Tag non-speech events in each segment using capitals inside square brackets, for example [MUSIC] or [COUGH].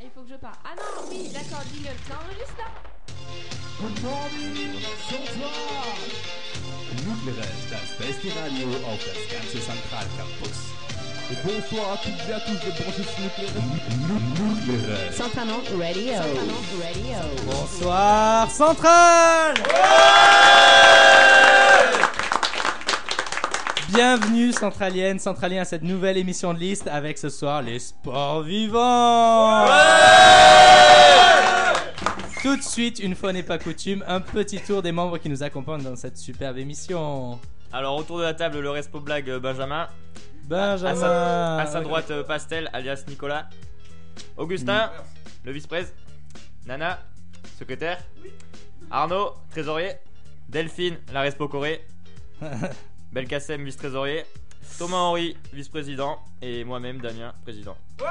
je parle. Ah non, oui, d'accord, jingle. Ça enregistre hein. là Good morning, bonsoir. Nucleaire, das beste Radio auf das ganze Zentralcampus. Et bonsoir à toutes et à tous de brancher sur Nucleaire. Santana Radio. Santana Radio. Bonsoir Central Bienvenue Centralienne, Centralien à cette nouvelle émission de liste avec ce soir les sports vivants Tout de suite, une fois n'est pas coutume, un petit tour des membres qui nous accompagnent dans cette superbe émission. Alors autour de la table, le Respo Blague euh, Benjamin. Benjamin À sa, à sa droite, euh, Pastel, alias Nicolas. Augustin, le vice-prés. Nana, secrétaire. Arnaud, trésorier. Delphine, la Respo Corée. Belkacem, vice-trésorier. Thomas Henry, vice-président. Et moi-même, Damien, président. Quelle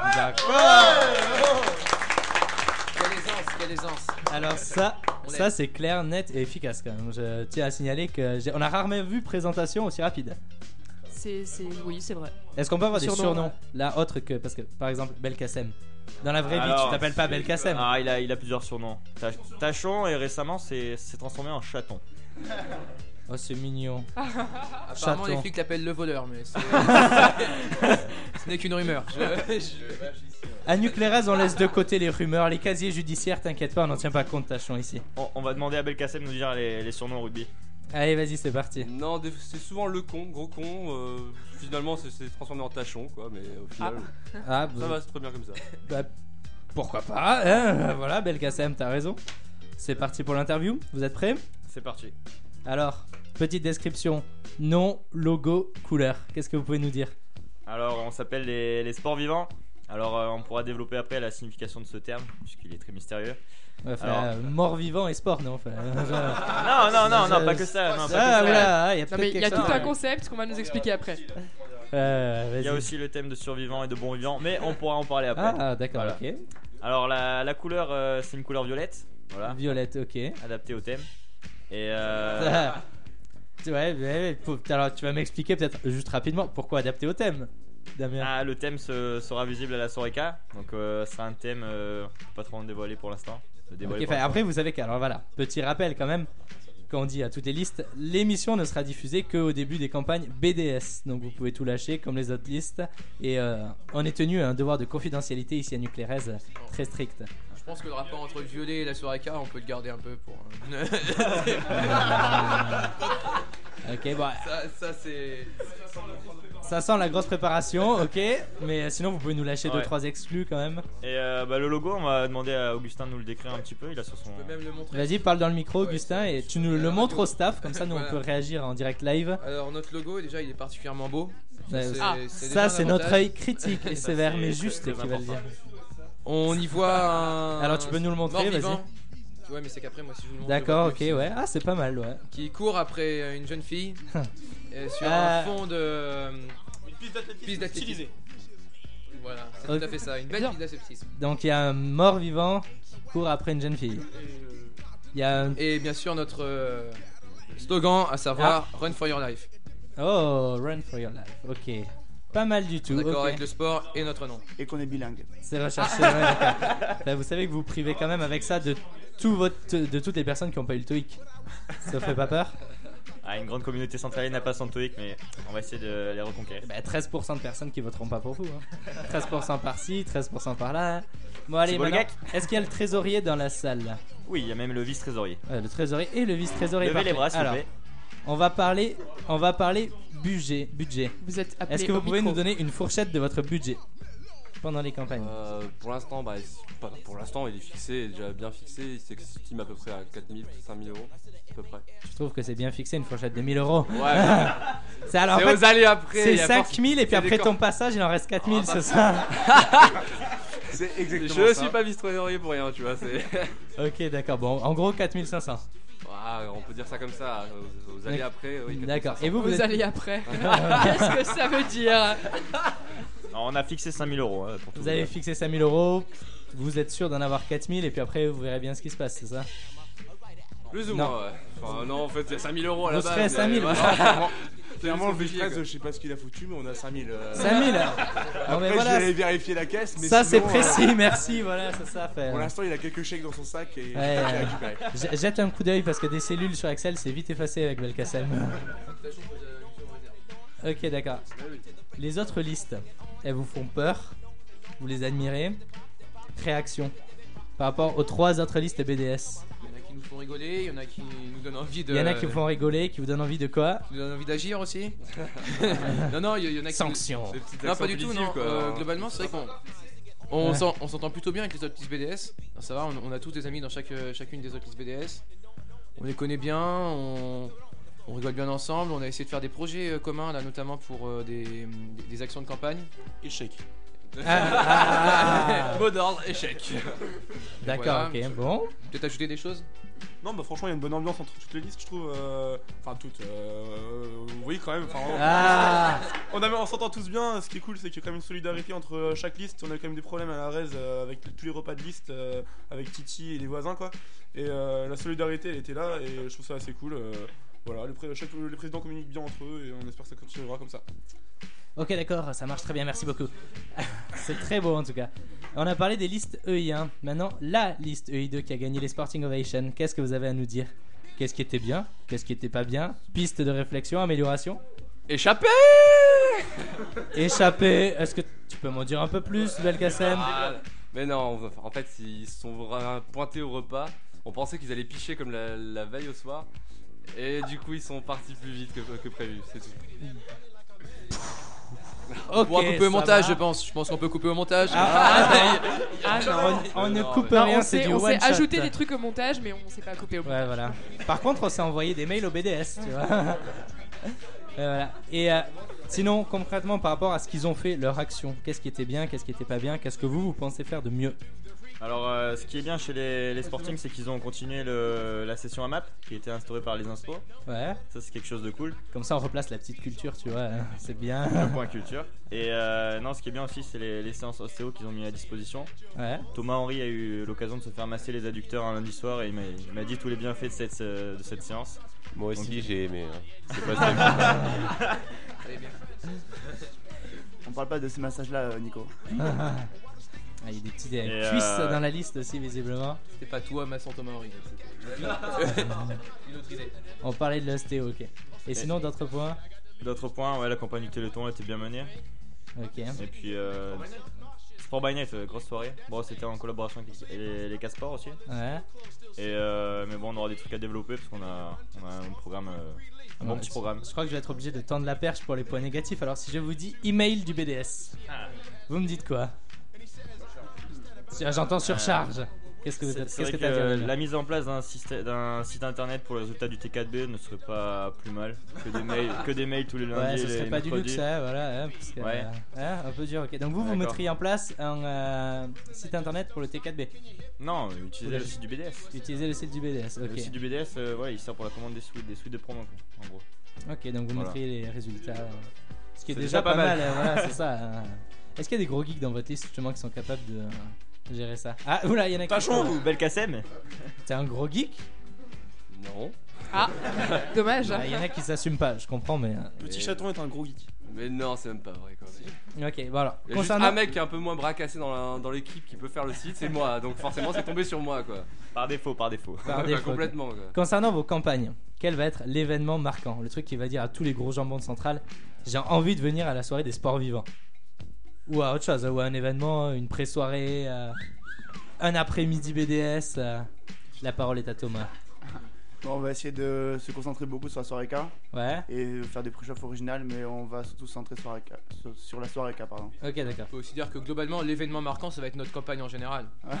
aisance, quelle aisance. Alors ça, On ça aime. c'est clair, net et efficace quand même. Je tiens à signaler que j'ai- on a rarement vu présentation aussi rapide. C'est, c'est, oui, c'est vrai. Est-ce qu'on peut avoir des Surnom, surnoms ouais. là autres que parce que par exemple Belkacem. Dans la vraie vie, Alors, tu t'appelles pas c'est- Belkacem. Ah, il a, il a plusieurs surnoms. Ta- Tachon, et récemment, c'est s'est transformé en chaton. Oh c'est mignon. Apparemment, Chaton. les flics l'appellent le voleur, mais [LAUGHS] c'est- ce n'est qu'une rumeur. Je- je- À Nuclérez, on laisse de côté les rumeurs, les casiers judiciaires, t'inquiète pas, on n'en tient pas compte Tachon ici. On, on va demander à Belkacem de nous dire les, les surnoms au rugby. Allez, vas-y, c'est parti. Non, des- c'est souvent le con, gros con. euh, finalement, c'est- c'est transformé en tachon, quoi. Mais au final, Ah, ça va, c'est très bien comme ça. bah, pourquoi pas hein Voilà, Belkacem, t'as raison. C'est parti pour l'interview. Vous êtes prêts C'est parti. Alors, petite description. Nom, logo, couleur. Qu'est-ce que vous pouvez nous dire Alors, on s'appelle les, les sports vivants. Alors, euh, on pourra développer après la signification de ce terme, puisqu'il est très mystérieux. Ouais, enfin, Alors- euh, mort vivant et sport, non enfin, [LAUGHS] euh, genre- Non, non, non, ça- non, pas que ça. non, pas que Ah, ça. voilà, il y a Non, peut-être mais il y a quelque tout chose. un concept qu'on va nous expliquer après. Euh, vas-y. Il y a aussi le thème de survivants et de bons vivants, mais on pourra en parler après. Ah, d'accord, Voilà. ok. Alors, la, la couleur, euh, c'est une couleur violette. Voilà, Violette, ok. adaptée au thème. Et euh, Ah. ouais, ouais, ouais, faut- alors tu vas m'expliquer peut-être juste rapidement pourquoi adapter au thème, Damien. ah, le thème se- sera visible à la Soreca. Donc, euh, c'est un thème euh, pas trop en dévoiler pour l'instant. Le Ok, dévoiler pour enfin, après, vous savez qu'alors voilà, petit rappel quand même, quand on dit à toutes les listes, l'émission ne sera diffusée qu'au début des campagnes BDS, donc vous pouvez tout lâcher comme les autres listes, et euh, on est tenu à un devoir de confidentialité ici à Nuclérez euh, très strict. Je pense que le rapport entre le violet et la Soraka, on peut le garder un [LAUGHS] peu pour. euh, Ok, bon, ça, ça c'est. ça sent la grosse préparation, ok, mais sinon vous pouvez nous lâcher Ouais. 2-3 exclus quand même. Et euh, bah, le logo, on va demander à Augustin de nous le décrire un petit peu. Il a sur son. On peut même le montrer. Vas-y, parle dans le micro, Augustin, et tu nous le montres Euh, au staff, comme [LAUGHS] ça nous on Voilà. peut réagir en direct live. Alors, notre logo, déjà, il est particulièrement beau. Ouais, C'est- Ah, déjà un Ça, c'est notre avantage. œil critique et Ça, sévère, c'est mais très, juste, très qui va le dire. On y voit un. Alors, tu peux nous le montrer, vas-y. mort-vivant. Ouais, mais c'est qu'après, moi, si je vous le montre. D'accord, je ok, vois plus. ouais. Ah, c'est pas mal, ouais. Qui court après euh, une jeune [LAUGHS] fille euh, sur Ah. un fond de. euh, piste d'athlétisme. Voilà, c'est Ok. tout à fait ça. Une belle Bien. piste d'athlétisme. Donc, il y a un mort-vivant qui court après une jeune fille. Il y a un... Et bien sûr, notre euh, slogan, à savoir Ah. Run for your life. Oh, run for your life. Ok. Pas mal du tout. D'accord ok. avec le sport et notre nom. et qu'on est bilingue. C'est recherché, ouais, d'accord. Bah, vous savez que vous privez quand même avec ça de, tout votre... de toutes les personnes qui n'ont pas eu le TOEIC. Ça vous fait pas peur Ah, une grande communauté centrale n'a pas son toic, mais on va essayer de les reconquérir. bah, 13% de personnes qui voteront pas pour vous. hein. 13% par-ci, 13% par-là. Bon, allez, C'est beau, le maintenant, est-ce qu'il y a le trésorier dans la salle là Oui, il y a même le vice-trésorier. Ouais, le trésorier et le vice-trésorier. Levez les parfait. bras, s'il vous Alors, plaît. on va parler, on va parler budget, budget. Vous êtes appelés Est-ce que au vous pouvez micro. nous donner une fourchette de votre budget pendant les campagnes Euh, pour l'instant, bah, c'est pas- pour l'instant, il est fixé, déjà bien fixé. Il s'estime à peu près à 4000, 5000 euros, à peu près. Je trouve que c'est bien fixé une fourchette de 1000 euros. Ouais, C'est alors [LAUGHS] en c'est fait, aux allées après. c'est il y a 5000 et puis c'est après des cor- ton passage il en reste 4000, c'est ça forcément- C'est exactement Je suis pas vice-trésorier pour rien, tu vois. c'est- [LAUGHS] Ok, d'accord. Bon, en gros 4500. Ouais, Ah, on peut dire ça comme ça, aux, aux allées D'accord. après. Oui, D'accord. Et vous, vous Vous êtes allez [LAUGHS] après. Qu'est-ce que ça veut dire Alors, on a fixé 5000 euros hein, pour tout. Vous avez fixé 5000 euros, vous êtes sûr d'en avoir 4000 et puis après vous verrez bien ce qui se passe, c'est ça Plus ou Non. moins, ouais. Enfin, non, en fait, il y a 5000 euros à la Vous base. serez à 5000 mais- voilà. Clairement, le obligé, V13, quoi. je sais pas ce qu'il a foutu, mais on a 5000. euh, 5000 Non mais Après, je vais voilà, aller vérifier la caisse. Mais ça c'est sinon, euh, précis, merci, voilà, c'est ça à faire. Pour l'instant, il a quelques chèques dans son sac et Ouais, il a ouais. récupéré. J- Jette un coup d'œil parce que des cellules sur Excel c'est vite effacé avec Belkacem. euh, ok, d'accord. Les autres listes, elles vous font peur, vous les admirez. Réaction par rapport aux trois autres listes BDS. Il y en a qui nous font rigoler, il y en a qui nous donnent envie de. Il y en a qui vous font rigoler, qui vous donnent envie de quoi qui nous donnent envie d'agir [LAUGHS] aussi. non, non, il y, il y en a qui. Sanction. Des petites Non, actions pas du tout, punitives, non. quoi. Euh, globalement, c'est vrai qu'on. On Ouais. s'en- on s'entend plutôt bien avec les autres listes BDS. Non, ça va, on, on a tous des amis dans chaque, euh, chacune des autres listes BDS. On les connaît bien, on, on rigole bien ensemble. On a essayé de faire des projets euh, communs, là, notamment pour euh, des, des- des actions de campagne. Échec. [LAUGHS] Ah, Mot d'ordre, échec. D'accord, Voilà. ok, bon. Peut-être ajouter des choses Non, bah franchement, il y a une bonne ambiance entre toutes les listes, je trouve. euh, Enfin, toutes. euh, Oui, quand même. Enfin, vraiment. Ah, On, a- on s'entend tous bien. Ce qui est cool, c'est qu'il y a quand même une solidarité entre euh, chaque liste. On a quand même des problèmes à la raise euh, avec tous les repas de liste, euh, avec Titi et les voisins, quoi. Et euh, la solidarité, elle était là, et je trouve ça assez cool. euh, Voilà, les, pré- chaque- les présidents communiquent bien entre eux et on espère que ça continuera comme ça. Ok, d'accord, ça marche très bien, merci beaucoup. [LAUGHS] C'est très beau en tout cas. On a parlé des listes EI1. Maintenant, la liste EI2 qui a gagné les Sporting Ovation. Qu'est-ce que vous avez à nous dire Qu'est-ce qui était bien Qu'est-ce qui était pas bien Piste de réflexion, amélioration Échapper Échappé Est-ce que tu peux m'en dire un peu plus, Belkacem Ah, Mais non, en fait, ils se sont vra- pointés au repas. On pensait qu'ils allaient picher comme la, la veille au soir. Et du coup, ils sont partis plus vite que, que prévu, c'est tout. Ok, On va couper ça au montage, va. je pense. Je pense qu'on peut couper au montage. Ah, Ah, Ah non, on, on ne coupe Non, rien, on c'est s'est du on one s'est shot. ajouté des trucs au montage, mais on s'est pas coupé au Ouais, montage. voilà. Par contre, on s'est envoyé des mails au BDS, tu vois. Euh, voilà. Et euh, sinon, concrètement, par rapport à ce qu'ils ont fait, leur action, qu'est-ce qui était bien, qu'est-ce qui était pas bien, qu'est-ce que vous, vous pensez faire de mieux Alors, euh, ce qui est bien chez les, les Sporting, c'est qu'ils ont continué le- la session AMAP qui était instaurée par les Inspo. Ouais. Ça, c'est quelque chose de cool. Comme ça, on replace la petite culture, tu vois. [LAUGHS] hein. C'est bien. [COUGHS] Le point culture. Et euh, non, ce qui est bien aussi, c'est les, les séances ostéo qu'ils ont mis à disposition. Ouais. [LAUGHS] Thomas Henry a eu l'occasion de se faire masser les adducteurs un lundi soir et il m'a- il m'a dit tous les bienfaits de cette, euh, de cette séance. Moi aussi, j'ai aimé. hein. [LAUGHS] C'est pas On parle pas de ce massage-là, euh, Nico. Ah, il y a des petites euh, Et, euh, cuisses dans la liste aussi, visiblement. C'était pas toi, ma Thomas Henry. Une autre idée. On parlait de l'ostéo, ok. Et sinon, d'autres points D'autres points, ouais, la campagne du Téléthon était bien menée. Ok. Et puis. Euh, Sport by Night, euh, grosse soirée. Bon, c'était en collaboration avec les- les, les Casports aussi. Ouais. Et euh, mais bon, on aura des trucs à développer parce qu'on a, on a un programme, euh, un bon Ouais, petit je- programme. Je crois que je vais être obligé de tendre la perche pour les points négatifs. Alors si je vous dis email du BDS, Ah. vous me dites quoi Tiens, J'entends surcharge. Qu'est-ce que vous C'est êtes c'est Qu'est-ce vrai que que, t'as euh, dit la mise en place d'un systè- d'un site internet pour le résultat du T4B ne serait pas plus mal que des mails, que des mails tous les Ouais, lundis. ce et les serait pas du mercredis. luxe, hein, voilà. hein, parce que, Ouais. euh, hein, un peu dur, ok. Donc vous, vous D'accord. mettriez en place un euh, site internet pour le T4B. Non, utiliser le site du BDS. Utilisez le site du BDS, Le hein. ok. site du BDS, euh, ouais, il sert pour la commande des suites, des suites de promo, quoi, en gros. Ok, donc vous Voilà. mettriez les résultats. euh, Ce qui est C'est déjà pas mal, euh, voilà, [LAUGHS] c'est ça. euh. Est-ce qu'il y a des gros geeks dans votre liste justement qui sont capables de euh, gérer ça Ah, oula, il y en a qui. Tachon ou Belkacem T'es un gros geek Non. Dommage. Bah, Il y en a qui s'assument pas, je comprends, mais. Petit Mais- chaton est un gros geek. Mais non, c'est même pas vrai, quoi. euh, Ok, voilà. Il y a juste Concernant... un mec qui est un peu moins bras cassé dans la- dans l'équipe qui peut faire le site, c'est moi. Donc forcément, c'est tombé sur moi, quoi. Par défaut, par défaut. Par [LAUGHS] Bah, défaut, complètement, quoi. ok. Concernant vos campagnes, quel va être l'événement marquant Le truc qui va dire à tous les gros jambons de centrale j'ai envie de venir à la soirée des sports vivants. Ou à autre chose, ou à un événement, une pré-soirée, euh, un après-midi BDS. euh, La parole est à Thomas. Bon, on va essayer de se concentrer beaucoup sur la soirée K Ouais et faire des préchauffes originales, mais on va surtout se centrer sur la, K- sur- sur la soirée K, pardon. Ok, d'accord. On peut aussi dire que globalement, l'événement marquant, ça va être notre campagne [LAUGHS] en général. Ah,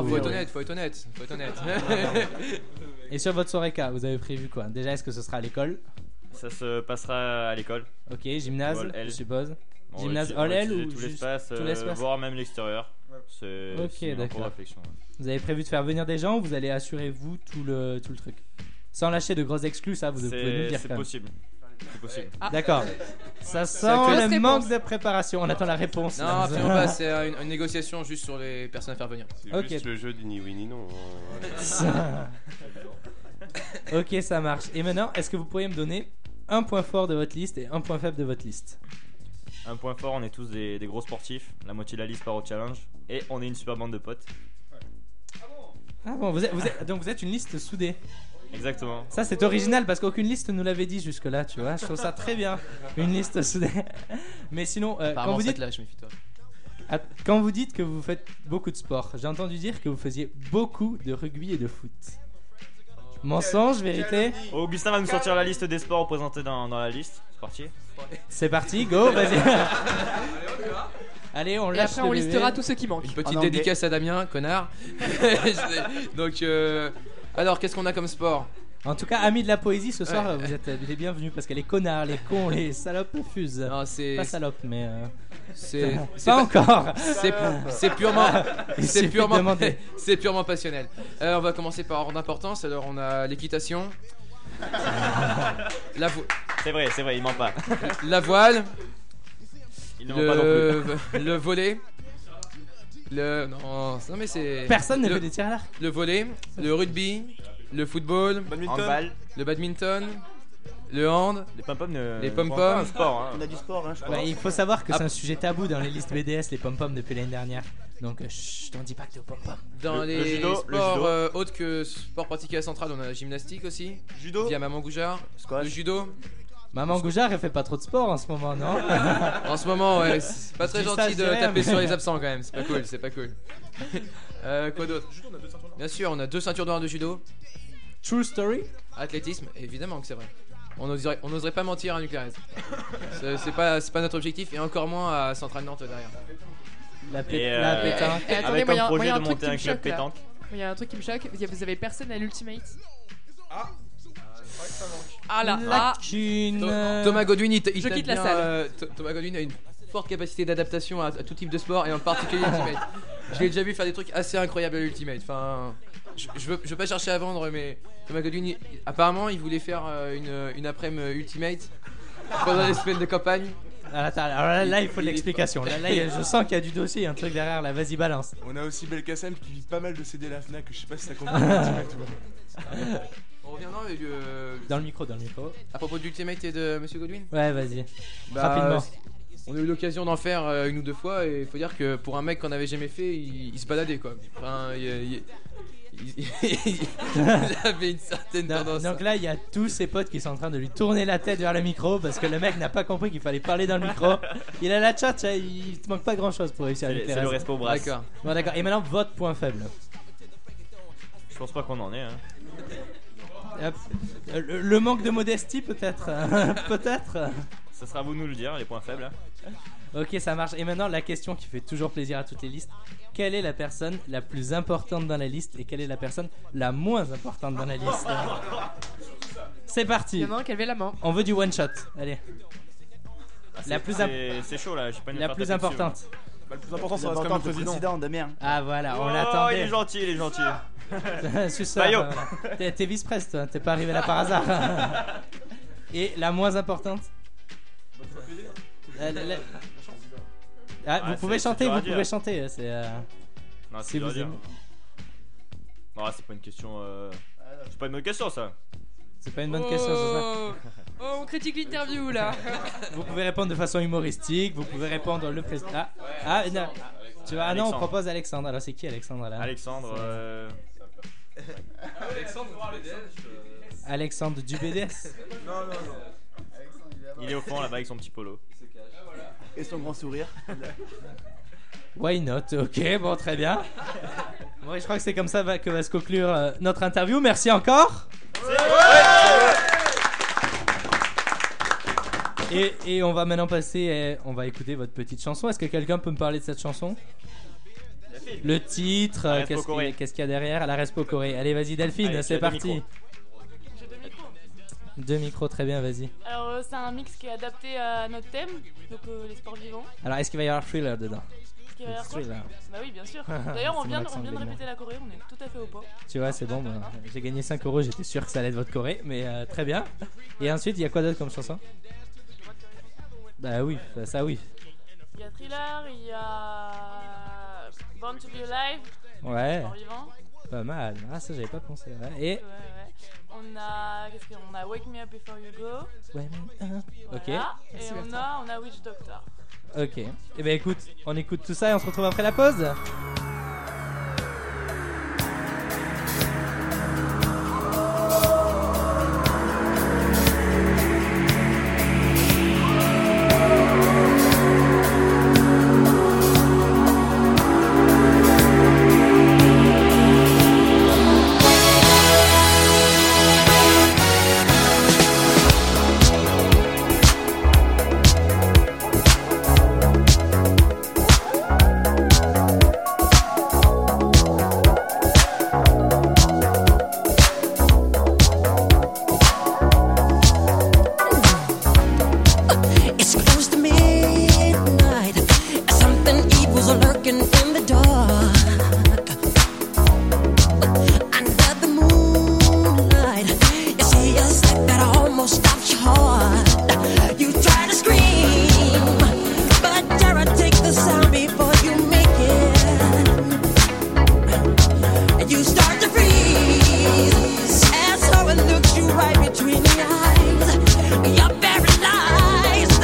Oui, faut être oui. honnête, faut être honnête, faut être honnête. Et sur votre soirée K, vous avez prévu quoi Déjà, est-ce que ce sera à l'école Ça se passera à l'école. Ok, gymnase, Ou à l'. je suppose. On va Gymnase uti- on va all L utiliser ou tout juste l'espace, tout euh, l'espace voire même l'extérieur. C'est Ok, c'est une d'accord. réflexion. ouais. Vous avez prévu de faire venir des gens ou vous allez assurer vous tout le, tout le truc Sans lâcher de grosses exclus, ça, vous pouvez nous le C'est dire c'est quand même. possible. Ah. C'est possible. D'accord. Ça sent Grosse le réponse. manque de préparation. On attend la réponse. [LAUGHS] non, là. absolument pas, c'est euh, une, une négociation juste sur les personnes à faire venir. C'est Ok. juste le jeu du ni oui ni non. hein. [LAUGHS] ok, ça marche. Et maintenant, est-ce que vous pourriez me donner un point fort de votre liste et un point faible de votre liste. Un point fort, on est tous des, des gros sportifs. La moitié de la liste part au challenge. Et on est une super bande de potes. Ah bon, vous êtes, vous êtes- donc vous êtes une liste soudée. Exactement. Ça c'est original parce qu'aucune liste ne nous l'avait dit jusque-là, tu vois. Je trouve ça très bien, une liste soudée. [LAUGHS] Mais sinon, euh, quand Apparemment, vous cette dites lâche, méfie-toi. Ah, Quand vous dites que vous faites beaucoup de sport, j'ai entendu dire que vous faisiez beaucoup de rugby et de foot. Mensonge, vérité Oh, Augustin va nous sortir la liste des sports représentés dans, dans la liste. C'est parti. C'est parti, go, vas-y. Allez, on Et lâche après, on le bébé. listera tous ceux qui manquent. Une petite En anglais. dédicace à Damien, [LAUGHS] connard. [LAUGHS] Donc, euh, alors, qu'est-ce qu'on a comme sport En tout cas, amis de la poésie, ce soir, Ouais. vous êtes les bienvenus parce que les connards, les cons, les salopes fusent. c'est. Pas salopes, mais. euh, C'est pas, c'est encore. C'est c'est purement [LAUGHS] Il c'est suffit de purement demander. [LAUGHS] c'est purement passionnel. Euh, on va commencer par ordre d'importance. Alors on [LAUGHS] a l'équitation. la vo- C'est vrai, c'est vrai, il ment pas. [LAUGHS] la voile. Il ne ment pas le, non plus. le volet. Le non, non, mais c'est Personne ne le- fait des tirs à l'arc. Le volet, le rugby, le football, Badminton. Handball. le badminton, le hand, les pom poms, les ne font pom pas poms. un [LAUGHS] sport, hein. On a du sport, hein, je crois. Ouais, il faut savoir que c'est un sujet tabou dans les listes BDS, les pom-poms, depuis l'année dernière. Donc, euh, chut, t'en dis pas que t'es au pom-pom. Dans les judo, le sports judo. euh, autres que sport pratiqué à Centrale, on a la gymnastique aussi. Judo. Via Maman Goujard. Le judo. Maman Goujard, elle fait pas trop de sport en ce moment, non En ce moment, ouais, c'est pas Je très dis ça, gentil je de dirais, taper mais- sur les absents quand même. C'est pas cool, c'est pas cool. [LAUGHS] Euh, quoi d'autre Bien sûr, on a deux ceintures noires de judo. True story Athlétisme, évidemment que c'est vrai. On n'oserait on n'oserait pas mentir à Nucleares. C'est c'est pas, c'est pas notre objectif et encore moins à Centrale Nantes derrière. La, pé- Et, euh, la pétanque. Et attendez, Avec moi, il y a comme projet moi, il y a de un truc monter qui un me club choque, là. pétanque. Moi, Il y a un truc qui me choque. Il y a- Vous avez personne à l'Ultimate Ah là, ah Lacune. Thomas Godwin, il, t- il Euh, Je tape quitte la bien, salle. euh, Th- Thomas Godwin a une forte capacité d'adaptation à, à tout type de sport et [LAUGHS] en particulier l'ultimate. Je l'ai déjà vu faire des trucs assez incroyables à l'ultimate. Enfin, je, je veux, je veux pas chercher à vendre, mais Thomas Godwin, il- apparemment, il voulait faire euh, une, une après-midi ultimate pendant les semaines de campagne. Ah, attends, alors là, là, il faut de l'explication. Là, là, il y a- je sens qu'il y a du dossier, un truc derrière. Là, vas-y, balance. On a aussi Belkacem qui vit pas mal de CD la Fnac, je sais pas si ça compte. Tout On revient non, mais, euh, Dans le micro, dans le micro. à propos de l'ultimate et de Monsieur Godwin. Ouais, vas-y. Bah, Rapidement. On a eu l'occasion d'en faire euh, une ou deux fois et faut dire que pour un mec qu'on avait jamais fait, il, il se baladait quoi. Enfin, il, il- il- il avait une certaine tendance. Donc là, il y a tous ses potes qui sont en train de lui tourner la tête vers le micro parce que le mec n'a pas compris qu'il fallait parler dans le micro. Il a la chat, ça, il te manque pas grand chose pour réussir à C'est- lui c'est le respect au bras. D'accord. Bon, d'accord. Et maintenant, votre point faible. Je pense pas qu'on en est. Hein. Hop. Euh, Le, le manque de modestie, peut-être. hein. [LAUGHS] peut-être. Ça sera à vous de nous le dire, les points faibles. hein. Ok, ça marche. Et maintenant, la question qui fait toujours plaisir à toutes les listes quelle est la personne la plus importante dans la liste et quelle est la personne la moins importante dans la liste C'est Il parti. y en a un qui a levé la main. On veut du one shot. Allez. Ah, c'est- La plus imp- c'est- C'est chaud là, je sais pas La plus importante. Bah, le plus important, Le ça reste quand même le président, président. président, Damien. Ah voilà, on Oh, il l'attendait. est gentil, il est gentil. [LAUGHS] C'est ça, Bayo. voilà. T'es- T'es vice-presse, toi. T'es pas arrivé là par [LAUGHS] hasard. et la moins importante La- la- la- Ah, Ah, Vous c'est- pouvez c'est chanter, dur à vous dire. pouvez chanter. C'est. euh, Non, Si c'est dur à vous dire. aimez. Non, c'est pas une question. euh, C'est pas une bonne question ça. C'est pas une bonne question, c'est ça Oh, oh, on critique l'interview [LAUGHS] là. Vous pouvez répondre de façon humoristique, vous pouvez répondre le président. Ah, ah, non. Tu vois, ah non, on Alexandre. propose Alexandre. Alors c'est qui Alexandre là Alexandre. Ah. C'est- euh, Alexandre du BDS Non, non, non. Il est au fond là-bas avec son petit polo. Et son grand [LAUGHS] sourire. Why not Ok, bon, très bien. Bon, et je crois que c'est comme ça va- que va se conclure euh, notre interview. Merci encore. Et, et on va maintenant passer, euh, on va écouter votre petite chanson. Est-ce que quelqu'un peut me parler de cette chanson Le titre, euh, Arrête qu'est-ce qu'il Pocoré. y, a- qu'est-ce qu'il y a derrière La Respo Corée. Allez, vas-y, Delphine, Allez, c'est tu as deux parti. micros. Deux micros, très bien, vas-y. Alors euh, c'est un mix qui est adapté à notre thème, donc euh, les sports vivants. Alors, est-ce qu'il va y avoir thriller dedans Ce qui va Le l'air quoi thriller. Bah oui, bien sûr. D'ailleurs, on [LAUGHS] C'est mon vient, de- accent on vient de anglais. répéter la Corée, on est tout à fait au pas. Tu vois, c'est bon. bah, J'ai gagné 5 euros, j'étais sûr que ça allait être votre Corée, mais euh, très bien. Et ensuite, il y a quoi d'autre comme chanson Bah oui, ça, ça oui. Il y a Thriller, il y a euh, Born to be Alive, [LAUGHS] Ouais. sports vivants. Pas mal. Ah, ça, j'avais pas pensé. ouais. Et Ouais, ouais. On on a, qu'est-ce qu'on a Wake Me Up Before You Go. Ouais, mais, euh, Ok. Voilà. Et on a, on a Witch Doctor. Ok. Eh ben écoute, on écoute tout ça et on se retrouve après la pause. It's close to midnight. Something evil's lurking in the dark. Under the moonlight, you see a sight that almost stops your heart. You try to scream, but terror takes the sound before you make it. And you start to freeze as horror looks you right between the eyes. You're paralyzed.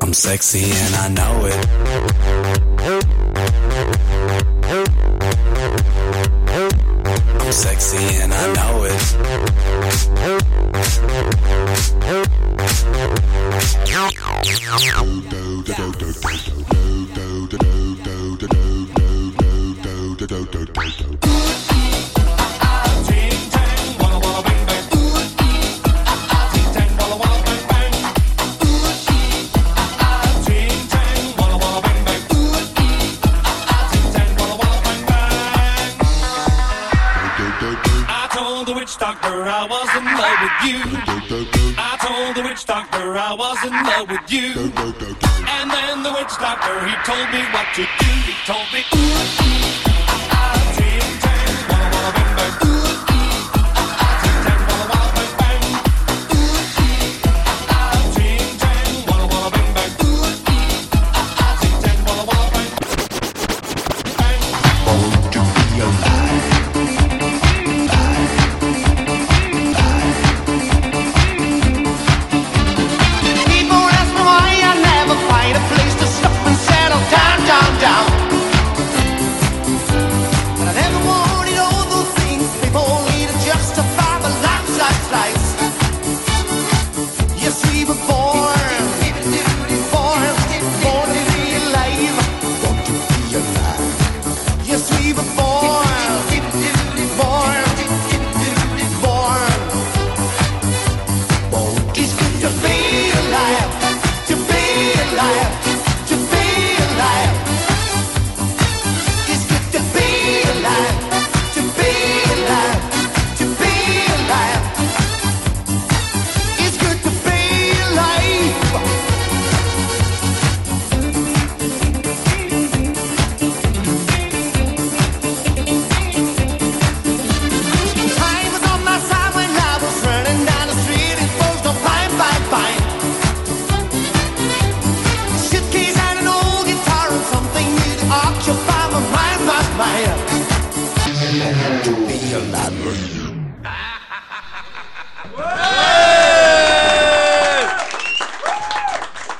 I'm sexy and I know it. I'm sexy and I know it. I told the witch doctor I was in love with you. I told the witch doctor I was in love with you. And then the witch doctor he told me what to do. He told me. Ooh, ooh, ah, ah, ting, tang, walla, walla, bang, bang. Ooh, ooh, ah, ah, ting, tang, walla, walla, bang, bang. Ooh, ooh, ah, ah, ting, tang, walla, walla, bang, bang. Ooh, ooh, ah, ah, ting, tang, walla, walla, bang, bang. People ask me why I never find a place to stop and settle down, down, down. But I never wanted all those things people need to justify the life, life, life. Yes, we were born, born, born to be alive. Yes, we were born, born, born. It's good to be alive, to be alive, to be alive. It's good to be alive, to be alive, to be alive. It's good to be alive. Time was on my side when I was running down the street in Postal Pine, Pine, Pine. Suitcase and an old guitar and something new to occupy my mind, my mind.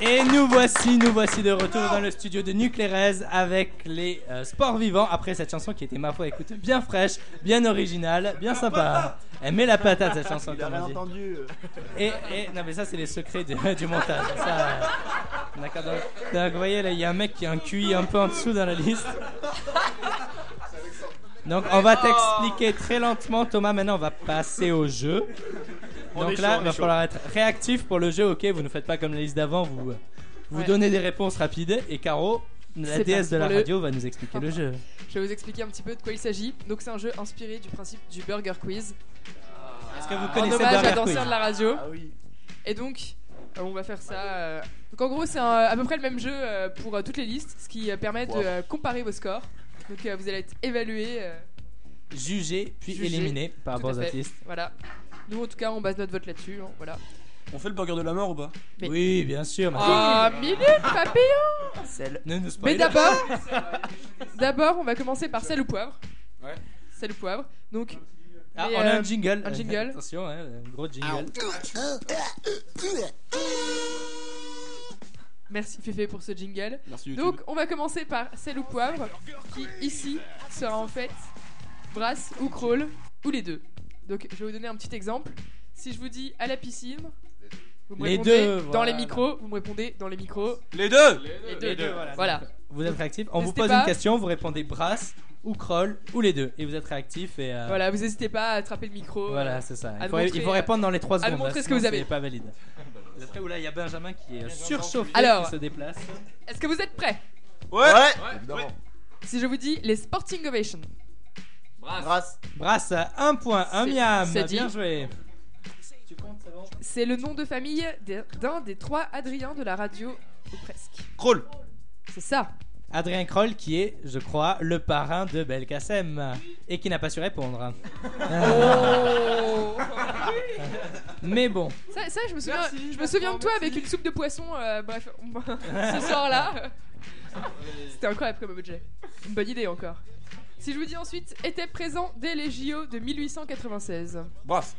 Et nous voici, nous voici de retour dans le studio de Nuclérez avec les euh, sports vivants après cette chanson qui était ma foi écoute bien fraîche, bien originale, bien sympa. Elle met la patate cette chanson Il a comme rien on dit. entendu. Et, et- non mais ça c'est les secrets du, [LAUGHS] du montage. Ça, euh, on a qu'à dans- donc vous voyez là il y a un mec qui a un QI un peu en dessous dans la liste. Donc on va t'expliquer très lentement Thomas. Maintenant on va passer au jeu. On Donc est chaud, là on il va est chaud. falloir être réactif pour le jeu. Ok vous ne faites pas comme la liste d'avant. Vous euh, vous donnez des réponses rapides et Caro la C'est déesse parti de la pour le- radio va nous expliquer le jeu. Je vais vous expliquer un petit peu de quoi il s'agit. Donc c'est un jeu inspiré du principe du Burger Quiz. Est-ce que vous en connaissez hommage Burger à danseur Quiz de la radio. Et donc, Euh, on va faire ça. euh. Donc en gros, c'est un- à peu près le même jeu euh, pour euh, toutes les listes, ce qui euh, permet de Wow. euh, comparer vos scores. Donc euh, vous allez être évalué. euh, Jugé puis jugé. éliminé par Tout rapport aux à fait. autres listes. Voilà. Nous, en tout cas, on base notre vote là-dessus. hein, Voilà. On fait le burger de la mort ou pas Mais- Oui, bien sûr. ma Ah, chérie. minute, papillon Ne nous Mais spoil Bah, pas. d'abord, d'abord, on va commencer par sel ou poivre. Ouais. Sel ou poivre. Donc. Ah, mais, on a euh, un jingle. Un jingle. [LAUGHS] Attention, hein, un gros jingle. Merci Féfé pour ce jingle. Merci, YouTube. Donc on va commencer par sel ou poivre, qui ici sera en fait brasse ou crawl ou les deux. Donc je vais vous donner un petit exemple. Si je vous dis à la piscine, vous me Les répondez deux, dans voilà. les micros, vous me répondez dans les micros. Les deux Les deux, voilà. Vous êtes réactif. On vous N'hésitez pose pas. une question, vous répondez brasse ou crawl ou les deux. Et vous êtes réactif et. euh, Voilà, vous n'hésitez pas à attraper le micro. Voilà, euh, c'est ça. à Il nous faut, il montrer, faut répondre dans les 3 à secondes. nous montrer là, ce que vous sinon, avez. C'est pas valide. Après, oula, il y a Benjamin qui est surchauffé, Alors. qui se déplace. Est-ce que vous êtes prêts Ouais, ouais. Évidemment. Si je vous dis les Sporting Ovation. Brasse. Brasse à 1 point, 1 C'est- miam. c'est dit. Bien joué. C'est le nom de famille des- d'un des trois Adriens de la radio, ou presque. Kroll. C'est ça. Adrien Kroll qui est, je crois, le parrain de Belkacem et qui n'a pas su répondre. hein. Oh. [LAUGHS] Mais bon, Ça, ça, je me souviens, je me souviens de toi avec une soupe de poisson. euh, bref, [LAUGHS] ce soir-là, c'était incroyable comme objet. Une bonne idée encore. Si je vous dis ensuite, était présent dès les JO de 1896. Brasse.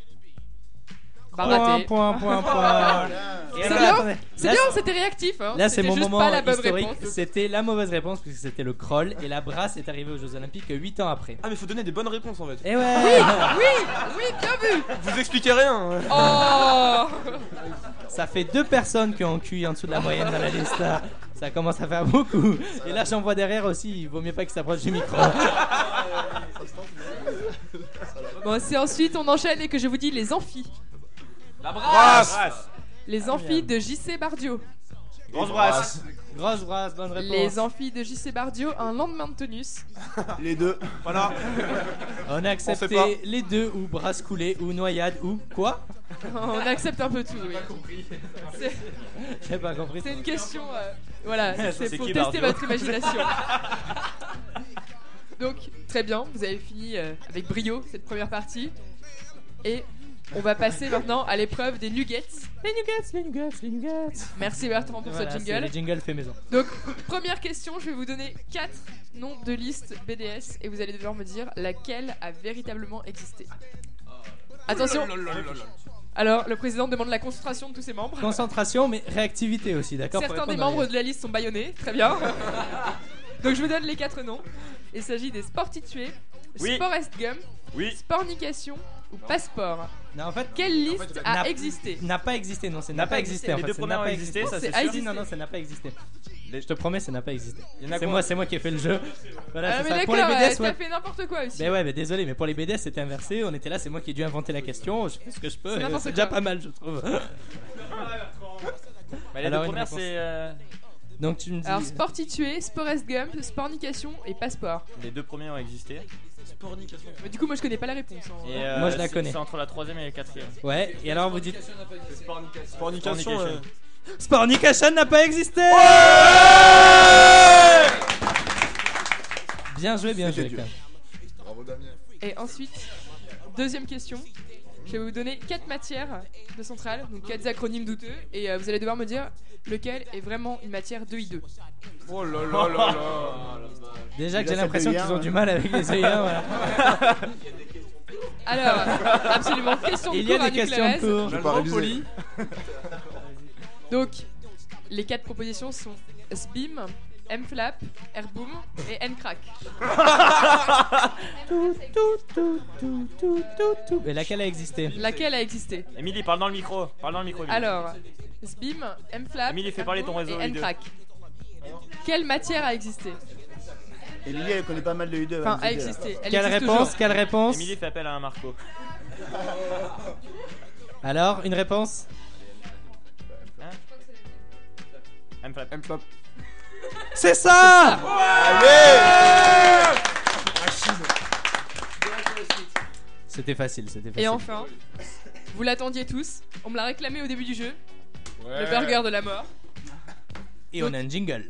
Bah, Point, raté. point, point, point. Et C'est alors, bien, attendez. c'est Là, bien, c'est- c'était réactif. hein. là c'est C'était mon juste moment pas la bonne historique. [LAUGHS] réponse. C'était la mauvaise réponse puisque c'était le Kroll et la brasse est arrivée aux Jeux Olympiques 8 ans après. Ah, mais faut donner des bonnes réponses en fait. Eh ouais Oui, oui, bien vu Vous expliquez rien Oh [LAUGHS] Ça fait deux personnes qui ont un QI en dessous de la moyenne dans la liste. là. Ça commence à faire beaucoup. Et là, j'en vois derrière aussi. Il vaut mieux pas qu'ils s'approchent du micro. Bon, c'est ensuite, on enchaîne et que je vous dis les amphis. La brasse. Ah, brasse. Les amphis de JC Bardio. Grosse brasse. Grosse brasse, bonne réponse. Les amphis de JC Bardio, un lendemain de tenus. Les deux. Voilà. On a accepté pas. les deux ou brasse coulée ou noyade ou quoi On accepte un peu tout. oui. C'est- J'ai pas compris. C'est une question. euh, voilà, Ça, c'est c'est pour qui, tester Bardio votre imagination. [LAUGHS] Donc, très bien, vous avez fini euh, avec brio cette première partie. Et on va passer maintenant à l'épreuve des nuggets. Les nuggets, les nuggets, les nuggets. Merci Bertrand pour Voilà, ce c'est jingle. Les jingles fait maison. Donc, première question, je vais vous donner 4 noms de listes BDS et vous allez devoir me dire laquelle a véritablement existé. Attention Alors, le président demande la concentration de tous ses membres. Concentration, mais réactivité aussi, d'accord pour Certains des répondre à membres de la liste sont baïonnés, très bien. [LAUGHS] Donc, je vous donne les 4 noms. Il s'agit des Sportitués, Oui. Sporest Gum, Oui. Spornication ou Passeport. Non, en fait, Quelle liste n'a- a existé N'a pas existé, non, c'est n'a pas existé. en Les fait, deux c'est premières n'a ont pas existé, existé. ça, c'est Ah, sûr. si, non, non, ça n'a pas existé. Je te promets, ça n'a pas existé. Il y en a C'est quoi moi, c'est moi qui ai fait le [LAUGHS] jeu. Voilà, Ah, c'est mais ça. Pour les d'accord, BDS, euh, ouais. Ben, t'as fait n'importe quoi aussi. Mais ouais, mais désolé, mais pour les BDS c'était inversé. On était là, c'est moi qui ai dû inventer la question. Je fais ce que je peux. C'est et n'importe C'est déjà quoi. pas mal, je trouve. [LAUGHS] Bah, les deux Alors, une premières, réponse. c'est. euh, Donc tu me dis. Alors, Sportitué, Sporest Gump, Spornication et Passeport. Les deux premiers ont existé. Mais du coup, moi je connais pas la réponse. hein. Et, euh, Moi, je la c'est- connais. C'est entre la troisième et la quatrième. Ouais, et alors vous dites. Fornication, euh, Spornication n'a pas existé Bien joué, bien joué. quand même. Bravo Damien. Et ensuite, deuxième question. Je vais vous donner quatre matières de centrale, donc quatre acronymes douteux, et euh, vous allez devoir me dire lequel est vraiment une matière 2i2. Oh là là là là. Déjà que j'ai Il a hein. l'impression fait le qu'ils ont lien. du mal [LAUGHS] avec les hein. EIA. voilà. Alors, absolument, question de Il y a cours à des questions de Nuclérez. cours. Je vais pas réviser. Poli. Donc, les quatre propositions sont SBIM, MFLAP, Airboom et NCRAC. Et laquelle a existé Laquelle a existé [LAUGHS] Émilie, parle dans le micro. Parle dans le micro. Émilie. Alors, SBIM, MFLAP, Émilie, fais parler ton Airboom réseau, et les deux. NCRAC. Quelle matière a existé Emilie, elle connaît pas mal de hein, U2. Enfin, a existé. Elle Quelle existe réponse toujours. Quelle réponse Émilie fait appel à un Marco. Alors, une réponse M-Flap. C'est ça C'était facile, c'était facile. Et enfin, vous l'attendiez tous, on me l'a réclamé au début du jeu. Le burger de la mort. Et on a un jingle.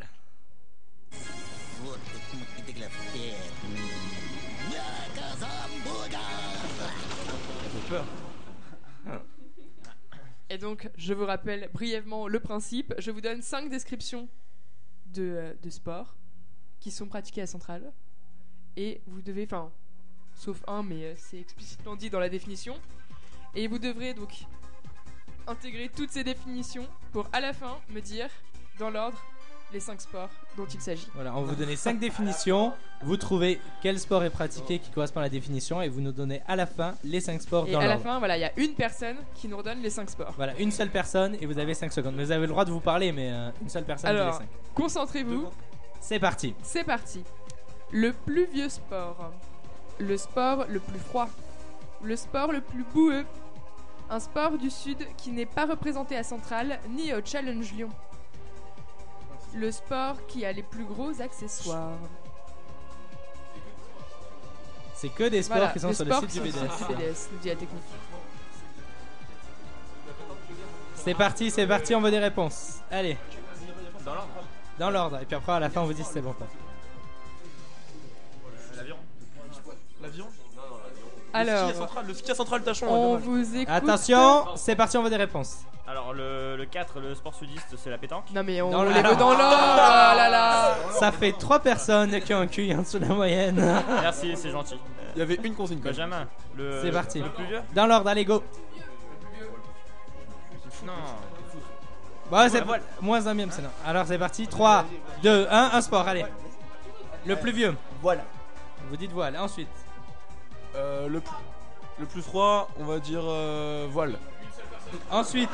Et donc, je vous rappelle brièvement le principe. Je vous donne 5 descriptions de, euh, de sports qui sont pratiqués à Centrale. Et vous devez, enfin, sauf un, mais euh, c'est explicitement dit dans la définition. Et vous devrez donc intégrer toutes ces définitions pour à la fin me dire, dans l'ordre, les 5 sports dont il s'agit. Voilà, on va vous donner 5 définitions. Vous trouvez quel sport est pratiqué qui correspond à la définition et vous nous donnez à la fin les 5 sports Et dans à la l'ordre. fin, voilà, il y a une personne qui nous redonne les 5 sports. Voilà, une seule personne et vous avez 5 secondes. Mais Vous avez le droit de vous parler, mais euh, une seule personne dit les Alors, cinq. concentrez-vous. C'est parti. C'est parti. Le plus vieux sport. Le sport le plus froid. Le sport le plus boueux. Un sport du Sud qui n'est pas représenté à Centrale ni au Challenge Lyon. Le sport qui a les plus gros accessoires. C'est que des sports Voilà, qui sont les sur le sports site du qui sont sur le BDS. BDS, nous dit la technique. C'est parti, c'est parti, on veut des réponses. Allez. Dans l'ordre. Et puis après, à la fin, on vous dit si c'est bon ou pas. L'avion L'avion Alors, Le ski à Centrale, le ski à Centrale Tachon. on ouais, pas mal. vous écoute. Attention, c'est parti, on veut des réponses. Alors, le, le 4, le sport sudiste, c'est la pétanque. Non, mais on Dans les veut dans l'ordre. ah là là. Ça fait 3 personnes qui ont un QI en dessous de la moyenne. Merci, c'est gentil. Il y avait une consigne. Benjamin, le. C'est parti. Le plus vieux Dans l'ordre, allez go. Non. Bon, c'est moins un mième, c'est non. Alors c'est parti. 3, 2, 1, un sport, allez. Le plus vieux. Voilà. Vous dites voile, ensuite. Euh, le, plus, le plus froid, on va dire euh, voile. Ensuite.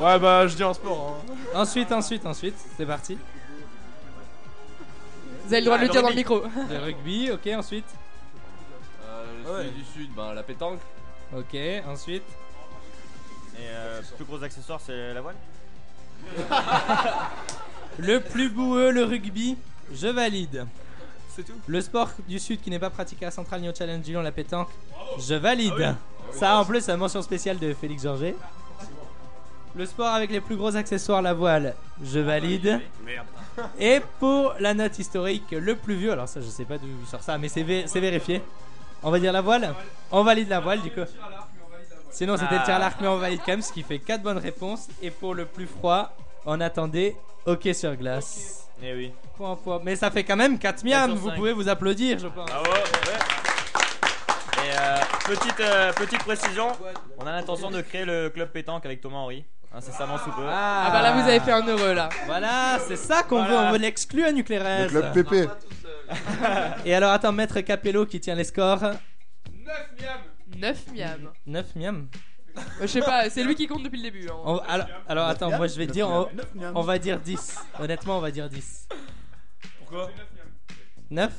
Ouais, bah je dis un sport. hein. Ensuite, ensuite, ensuite. C'est parti. Vous avez le Ah, droit de le dire dans le micro. Le rugby, ok, ensuite. Euh, Ah le celui du sud, ben la pétanque. Ok, ensuite. Et euh, plus gros accessoire, c'est la voile Le plus boueux, le rugby. Je valide. C'est tout. Le sport du sud qui n'est pas pratiqué à Central ni au Challenge du Lion, la pétanque. Je valide. Ah Ça, en plus, c'est la mention spéciale de Félix Georget. Le sport avec les plus gros accessoires, la voile. Je valide. Merde. Et pour la note historique, le plus vieux, alors ça je sais pas d'où sort ça, mais c'est vé- c'est vérifié. On va dire la voile On valide la voile du coup. Sinon c'était le tir à l'arc, mais on valide quand même, ce qui fait 4 bonnes réponses. Et pour le plus froid, on attendait hockey sur glace. Eh oui. Point, point. Mais ça fait quand même 4 miams, vous pouvez vous applaudir, je Ah. pense. Bravo, Ah ouais. Et euh, petite, euh, petite précision, on a l'intention de créer le club pétanque avec Thomas Henry, incessamment sous peu. Ah bah là, vous avez fait un heureux là. Voilà, c'est ça qu'on veut, on veut l'exclu à Nucléaire. Le club PP. Et alors attends, Maître Capello qui tient les scores. 9 miam. 9 miams. Je sais pas, c'est lui qui compte depuis le début. hein. On- alors, alors, attends, Neuf moi je vais miams, dire, on, neuf miams. on va dire 10. Honnêtement, on va dire 10. Pourquoi 9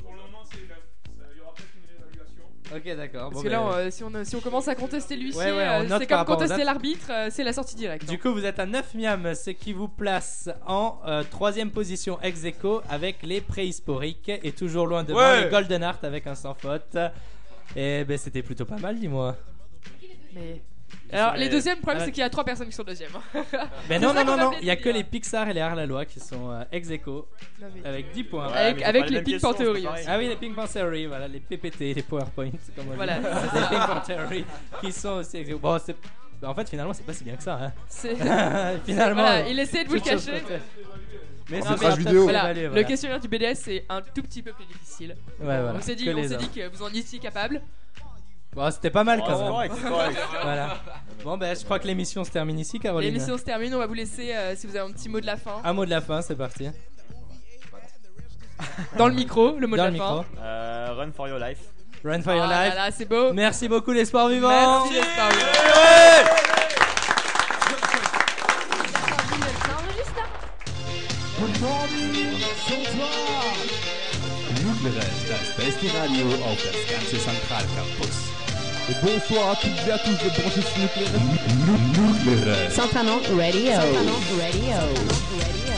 Pour le moment, c'est Il y aura peut-être une réévaluation. Ok, d'accord. Parce bon, que là, ben, on, euh, si, on, si on commence à contester l'huissier, Ouais, ouais, on euh, note c'est par comme rapport aux contester dates. l'arbitre, euh, c'est la sortie directe. Du coup, vous êtes à 9 miams, ce qui vous place en euh, troisième position ex aequo avec les préhistoriques et toujours loin devant Ouais. les Golden Art avec un sans faute. Et ben c'était plutôt pas mal, dis-moi. Mais... Alors, sont les les- deuxièmes, le problème, Ah. c'est qu'il y a trois personnes qui sont deuxièmes. hein. Mais C'est Ben non, ça non, qu'on hein. non, non, appelait il y a des que les Pixar et les Harlalois qui sont euh, ex aequo Non, mais- avec 10 points. Ouais, Avec- mais c'est avec pas les les mêmes Pink Pan questions, Theory c'est pareil. aussi. Ah oui, les Pink Pan Theory, voilà, les PPT, les PowerPoint, comme on dit. Voilà, c'est [LAUGHS] les ça. Pink Pan Theory qui sont aussi ex aequo. Bon, c'est- bah, en fait, finalement, c'est pas si bien que ça. hein. [LAUGHS] C'est- [LAUGHS] finalement, Voilà, il essayait de vous le toute chose cacher. faite. En ça filtrage mérite d'être Voilà, évalué, Le voilà. questionnaire du BDS, c'est un tout petit peu plus difficile. Ouais, voilà, On s'est dit, que on les s'est hommes. dit que vous en étiez capable. Bon, c'était pas mal Oh, quand c'est même. correct, c'est correct. [LAUGHS] voilà. Bon, ben, je crois que l'émission se termine ici, Caroline. L'émission se termine, on va vous laisser euh, si vous avez un petit mot de la fin. Un mot de la fin, c'est parti. Dans le micro, le mot Dans de la le fin. micro. Euh, run for your life. Run for your Ah life. là là, c'est beau. Merci beaucoup, les sports vivants. Merci, les sports Eh vivants. Guten Morgen, Central! Nucléaire, das beste Radio auf das ganze Centralcampus. Bonsoir à toutes et à tous de branches nucléaires. Nucléaire. Santana Radio. Santana Radio. Radio.